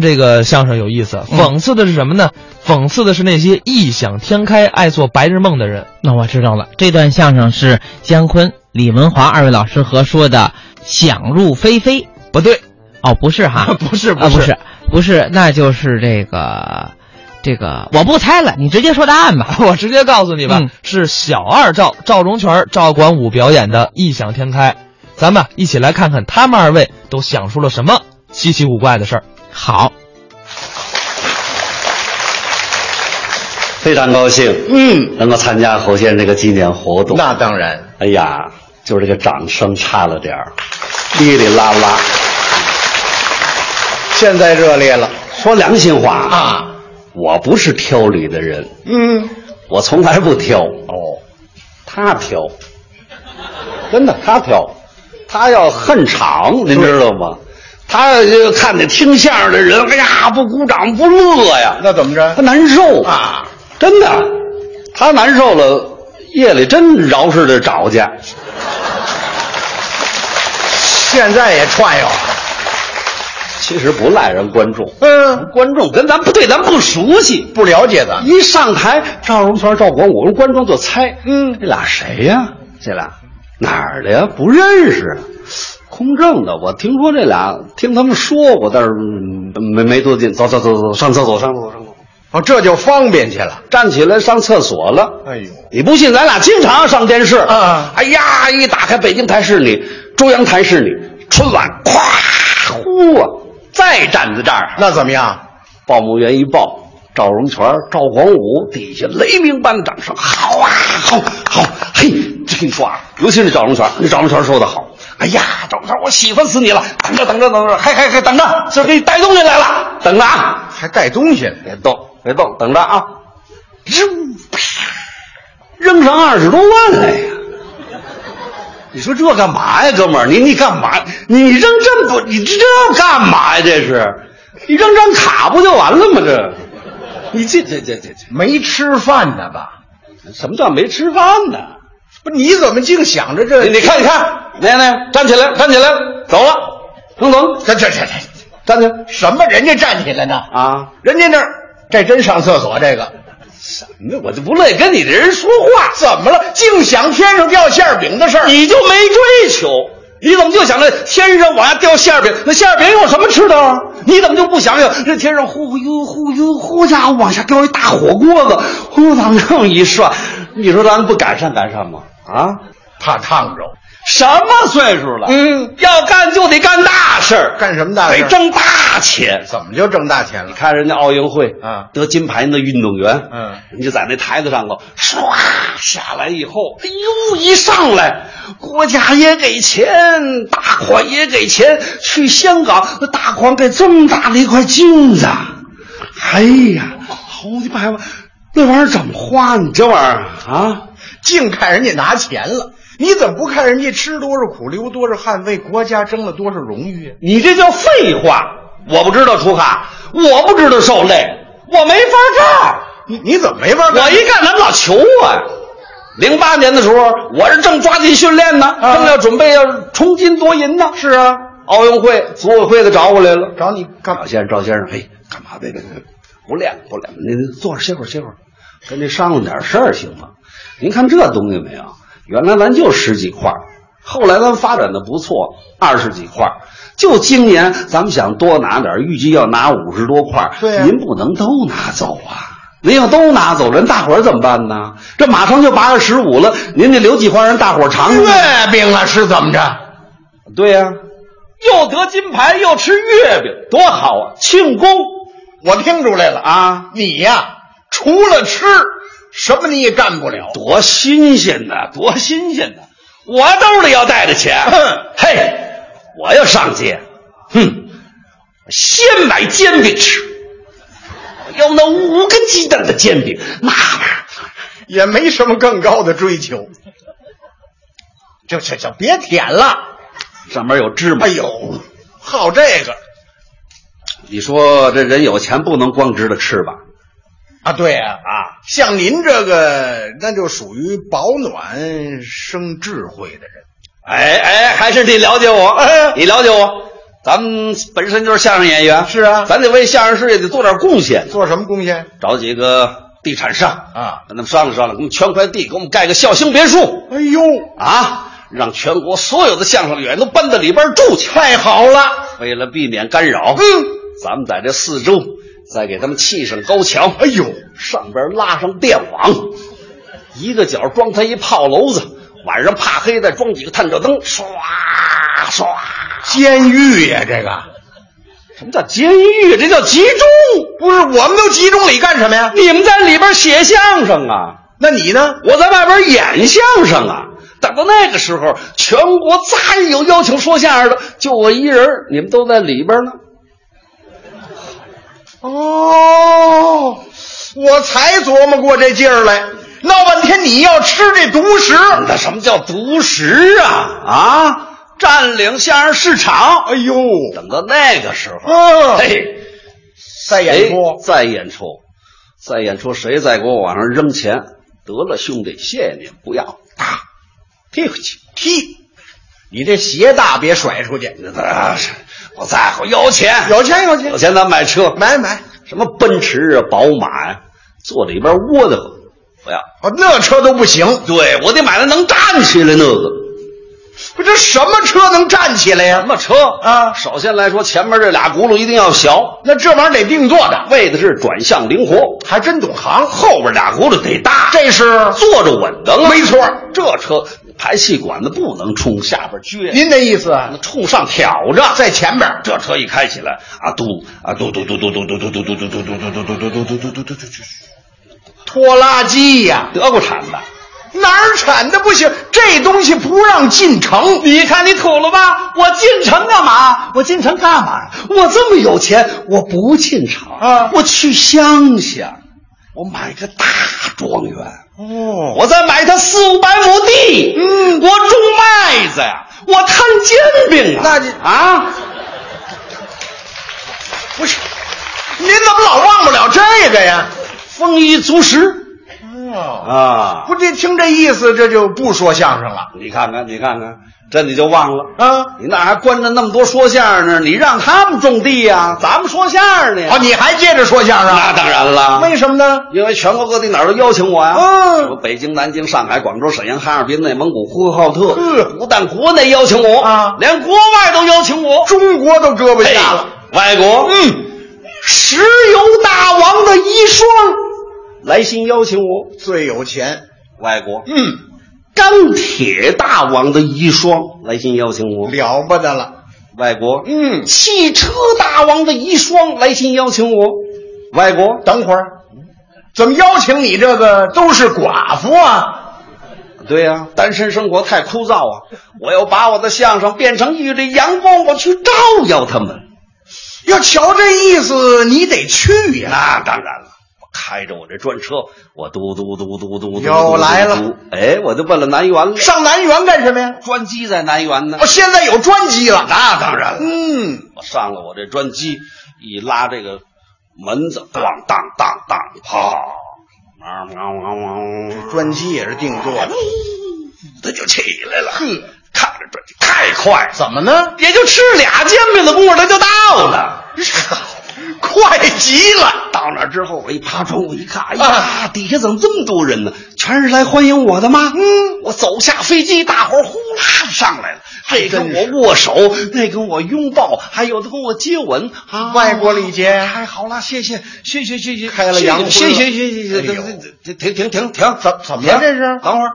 这个相声有意思，嗯讽刺的是什么呢？讽刺的是那些异想天开、爱做白日梦的人。那我知道了，这段相声是姜昆、李文华二位老师合说的《想入非非》。不对， 哦， 不是哈，不是，啊，不是，不是，那就是这个，这个我不猜了，你直接说答案吧。 我直接告诉你吧，嗯是小二赵赵忠全、赵管武表演的《异想天开》。咱们一起来看看他们二位都想出了什么稀奇古怪的事儿。好，非常高兴，嗯，能够参加侯先生这个纪念活动。那当然，哎呀，就是这个掌声差了点儿，哩哩啦啦。现在热烈了说良心话，啊！我不是挑理的人，嗯，我从来不挑，哦，他挑，真的他挑，他要恨场，您知道吗？他呃看见听相声的人，哎呀，不鼓掌不乐呀，那怎么他着难受啊？真的，他难受了，夜里真饶似的找去。现在也串悠啊？其实不赖人观众，嗯，观众跟咱不对，咱不熟悉。不了解的，一上台，赵荣全、赵广武，人观众就猜，嗯这俩谁呀、这俩哪儿的呀？不认识。啊空政的，我听说这俩，听他们说过，但是嗯没没多近。走走走走，上厕所，上厕所，上厕所。哦，这就方便去了。站起来上厕所了。哎呦，你不信，咱俩经常上电视。啊哎呀，一打开北京台是你，中央台是你，春晚咵呼啊，再站在这儿，啊那怎么样？报幕员一报，赵荣全、赵广武底下雷鸣般的掌声，好啊，好，好，嘿，这跟你说啊，尤其是赵荣全，那赵荣全说的好，哎呀，赵荣全，我喜欢死你了，等着，等着，等着，还还还等着，今儿给你带东西来了，等着啊，还带东西呢？别动，别动，等着啊，扔，啪，扔上二十多万来呀！你说这干嘛呀，哥们儿？你你干嘛？你扔这么多，你这这干嘛呀？这是，你扔张卡不就完了吗？这，你这这这这这，没吃饭呢吧？什么叫没吃饭呢？不，你怎么净想着这你？你看，你看，那那站起来，站起来，走了，能走，这这这这站起来什么？人家站起来呢？啊！人家那儿这真上厕所，这个那我就不乐意跟你这人说话。怎么了？净想天上掉馅儿饼的事儿。你就没追求，你怎么就想着天上往下掉馅儿饼？那馅儿饼有什么吃的啊？你怎么就不想想这天上呼悠呼悠呼家伙往下掉一大火锅子，呼咱们这么一涮，你说咱不改善改善吗？啊，怕烫着，什么岁数了？嗯，要干就得干大事儿，干什么大事得挣大钱。怎么就挣大钱你了？看人家奥运会，啊得金牌那运动员，嗯人家在那台子上头唰下来以后，哎呦，一上来，国家也给钱，大款也给钱，去香港，那大款给这么大的一块金子，哎呀，好几百万，那玩意儿怎么花？你这玩意儿啊，净看人家拿钱了，你怎么不看人家吃多少苦、流多少汗、为国家争了多少荣誉啊？你这叫废话！我不知道出汗，我不知道受累，我没法干。你你怎么没法我干？一干，他们老求我。零八年的时候，我是正抓紧训练呢，啊正要准备要冲金夺银呢。是啊，奥运会组委会的找我来了。找你赵干嘛？先生，赵先生，哎，干嘛别别别，不练不练，您坐着歇会儿歇会儿，跟您商量点事儿行吗？您看这东西没有？原来咱就十几块儿，后来咱发展的不错，二十几块儿。就今年咱们想多拿点儿，预计要拿五十多块儿。对啊呀您不能都拿走啊！您要都拿走，人大伙儿怎么办呢？这马上就八月十五了，您得留几块儿让大伙儿尝尝。月饼啊，是怎么着？对呀、又得金牌，又吃月饼，多好啊！庆功我听出来了啊，啊！你呀、除了吃，什么你也干不了。多新鲜呐，多新鲜呐！我兜里要带着钱，哼嘿，我要上街，哼，我先买煎饼吃，我要那五个鸡蛋的煎饼，那玩意儿也没什么更高的追求。就就就别舔了！上面有芝麻。哎，呦，好这个你说这人有钱不能光知道吃吧？啊！对呀、啊，啊，像您这个，那就属于保暖生智慧的人。哎哎，还是你了解我，哎你了解我。咱们本身就是相声演员，是啊咱得为相声事业得做点贡献。做什么贡献找几个地产商，啊？跟他们商量商量，给我们圈块地，给我们盖个孝兴别墅哎呦，啊，让全国所有的相声演员都搬到里边住去。太好了！为了避免干扰，嗯，咱们在这四周再给他们砌上高墙，哎呦，上边拉上电网，一个角装它一炮楼子，晚上怕黑再装几个探照灯，唰唰。监狱呀，这个什么叫监狱？这叫集中。不是我们都集中里干什么呀？你们在里边写相声啊？那你呢？我在外边演相声啊。等到那个时候，全国再有邀请说相声的，就我一人，你们都在里边呢。哦，我才琢磨过这劲儿来，闹半天你要吃这独食，那什么叫独食啊？啊，占领相声市场。哎呦，等到那个时候， 嗯，嘿，再出演出，哎再演出，再演出，谁再给我往上扔钱？得了，兄弟，谢谢你，不要，打，踢回去。踢，你这鞋大别甩出去，啊我在乎有钱，有钱有有钱，钱咱买车，买买，什么奔驰啊、宝马呀、坐里边窝得慌，不要。哦，那车都不行，对我得买那能站起来那个。不这什么车能站起来呀什？么车啊首先来说，前面这俩轱辘一定要小，那这玩意儿得定做的，为的是转向灵活；还真懂行，后边俩轱辘得大，这是坐着稳当啊。没错，这车排气管子不能冲下边撅，您的意思啊？冲上挑着。在前边儿，这车一开起来，啊嘟啊嘟嘟嘟嘟嘟嘟嘟嘟嘟嘟嘟嘟嘟嘟嘟嘟嘟嘟嘟嘟嘟，拖拉机呀、德国产的。哪儿产的不行，这东西不让进城。你看你土了吧？我进城干嘛？我进城干嘛？我这么有钱，我不进城啊我去乡下，我买个大庄园，哦，我再买它四五百亩地，嗯，我种麦子呀，我摊煎饼啊，那你啊，不是，您怎么老忘不了这个呀？丰衣足食哦，啊。不，这听这意思，这就不说相声了你看看，你看看，这你就忘了。啊？你那还关着那么多说相声呢？你让他们种地呀、咱们说相声呢呀。哦，你还接着说相声那啊？当然了，为什么呢？因为全国各地哪儿都邀请我呀、嗯什么北京、南京、上海、广州、沈阳、哈尔滨、内蒙古、呼和浩特，嗯不但国内邀请我啊连国外都邀请我，中国都搁不下了。嘿外国，嗯，石油大王的遗孀来信邀请我，最有钱。外国，嗯，钢铁大王的遗孀来信邀请我，了不得了。外国，嗯，汽车大王的遗孀来信邀请我，外国，等会儿，怎么邀请你这个都是寡妇啊？对呀、单身生活太枯燥啊！我要把我的相声变成一缕阳光，我去照耀他们。要瞧这意思，你得去呀、那当然了，我开着我这专车，我嘟嘟嘟嘟嘟嘟，又来了嘟嘟嘟。哎，我就奔了南园了。上南园干什么呀？专机在南园呢哦，。现在有专机了。啊那当然了，嗯，我上了我这专机，一拉这个门子，咣当当当，啪！喵喵喵喵，专机也是定做啊的。它就起来了。看着专机太快了，怎么呢？也就吃俩煎饼的功夫，它就到了。啊快极了！啊到那儿之后，我一爬窗户一看，哎呀，底下怎么这么多人呢？全是来欢迎我的吗？嗯，我走下飞机，大伙儿呼啦就上来了，这跟我握手，那跟我拥抱，还有的跟我接吻啊。外国礼节太好了，谢谢，谢谢，谢谢，开了洋荤了谢谢，谢谢，谢谢，哎呦停停停停停，怎怎么了这是等会儿，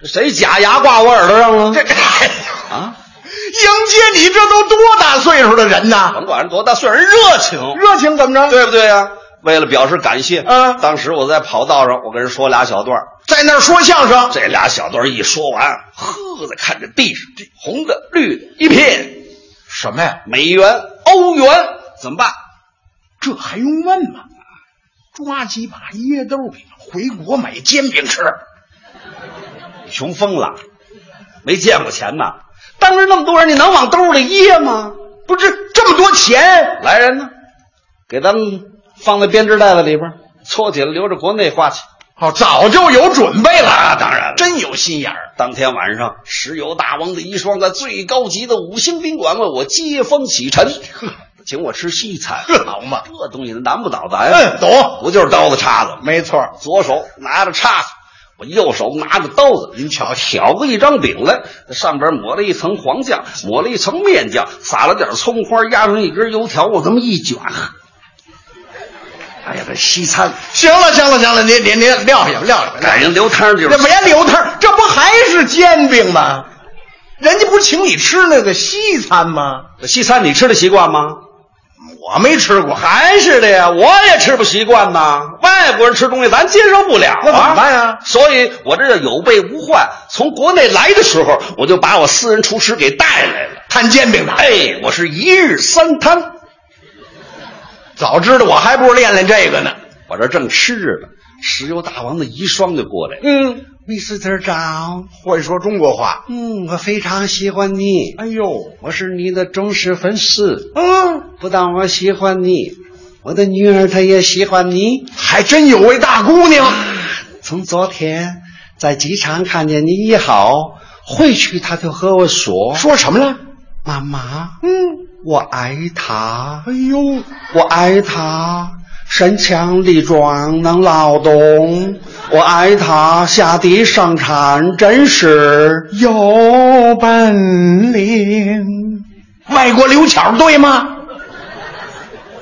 这谁假牙挂我耳朵上了？这这、哎呦啊，迎接你这都多大岁数的人呐？ 甭管人多大岁数，人热情，热情怎么着？哦 对不对呀、啊为了表示感谢，啊当时我在跑道上，我跟人说俩小段儿在那儿说相声，这俩小段儿一说完，呵的看着地上这红的、绿的一片，什么呀？美元、欧元怎么办？这还用问吗？抓几把椰豆饼，回国买煎饼吃。你穷疯了，没见过钱呐！当着那么多人，你能往兜里掖吗？不是这么多钱，来人呢，给咱们放在编织袋子里边，搓起来留着国内花去。哦，早就有准备那了，当然了真有心眼儿。当天晚上，石油大王的一双在最高级的五星宾馆为我接风洗尘，请我吃西餐，好嘛这东西难不倒咱，嗯，懂，不就是刀子叉子吗？没错儿。左手拿着叉子，我右手拿着刀子，您瞧瞧挑过一张饼来，上边抹了一层黄酱，抹了一层面酱，撒了点葱花，压上一根油条，我这么一卷，啊哎呀，这西餐行了，行了，行了，您您您撂下吧，撂下吧。赶上流汤就这是别留他，这不还是煎饼吗？人家不是请你吃那个西餐吗？西餐，你吃的习惯吗？我没吃过，还是的呀，我也吃不习惯呐。外国人吃东西咱接受不了啊，那怎么办呀所以我这叫有备无患。从国内来的时候，我就把我私人厨师给带来了。摊煎饼的。哎，我是一日三餐，早知道我还不如练练这个呢。我这正吃着呢，石油大王的遗孀就过来了。嗯， Mr. 长，会说中国话。嗯，我非常喜欢你，哎呦，我是你的忠实粉丝。嗯，不但我喜欢你，我的女儿她也喜欢你。还真有位大姑娘。从昨天在机场看见你以后，回去他就和我说说什么了？妈妈，嗯，我爱他哎，呦，我爱他，身强力壮能劳动，我爱他，啊下地上产真是。有本领。外国刘巧对吗？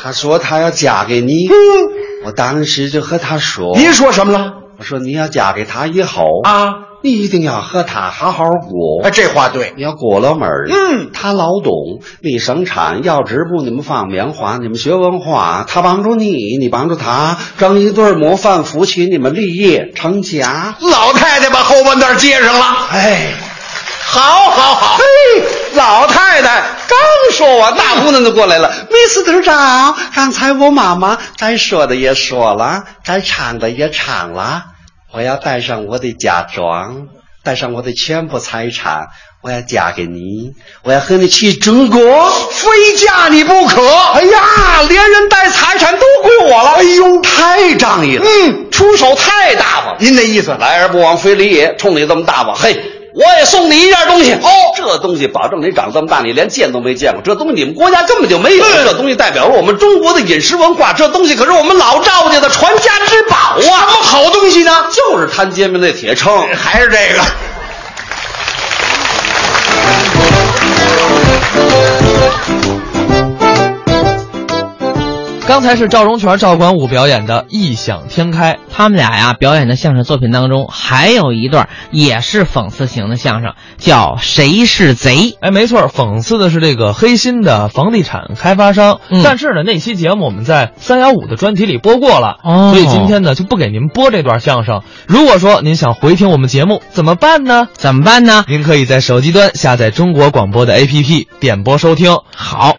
他说他要嫁给你，嗯，我当时就和他说，哦您说什么了？我说你要嫁给他以后，啊，你一定要和他好好过。哎，这话对。你要过了门儿，嗯他劳动，你生产，要织布，你们放棉花，你们学文化，他帮助你，你帮助他，整一对儿模范夫妻，你们立业成家。老太太把后半段接上了。哎，好，好，好。老太太刚说完，大姑娘就过来了。Mr. 长，刚才我妈妈该说的也说了，该唱的也唱了，我要带上我的嫁妆，带上我的全部财产，我要嫁给你，我要和你去中国。非嫁你不可！哎呀，连人带财产都归我了！哎呦，太仗义了，嗯，出手太大方了，您那意思来而不往非礼也。冲你这么大方，嘿，我也送你一件东西。哦，这东西保证你长这么大，你连见都没见过。这东西你们国家根本就没有，这东西代表着我们中国的饮食文化，这东西可是我们老赵家的传家之宝啊！什么好东西呢？就是摊煎饼那铁秤。还是这个？刚才是赵荣全、赵管武表演的《异想天开》。他们俩呀表演的相声作品当中，还有一段也是讽刺型的相声，叫《谁是贼》。哎，没错，讽刺的是这个黑心的房地产开发商。嗯但是呢，那期节目我们在三幺五的专题里播过了，哦所以今天呢就不给您播这段相声。如果说您想回听我们节目，怎么办呢？怎么办呢？您可以在手机端下载中国广播的 APP 点播收听。好。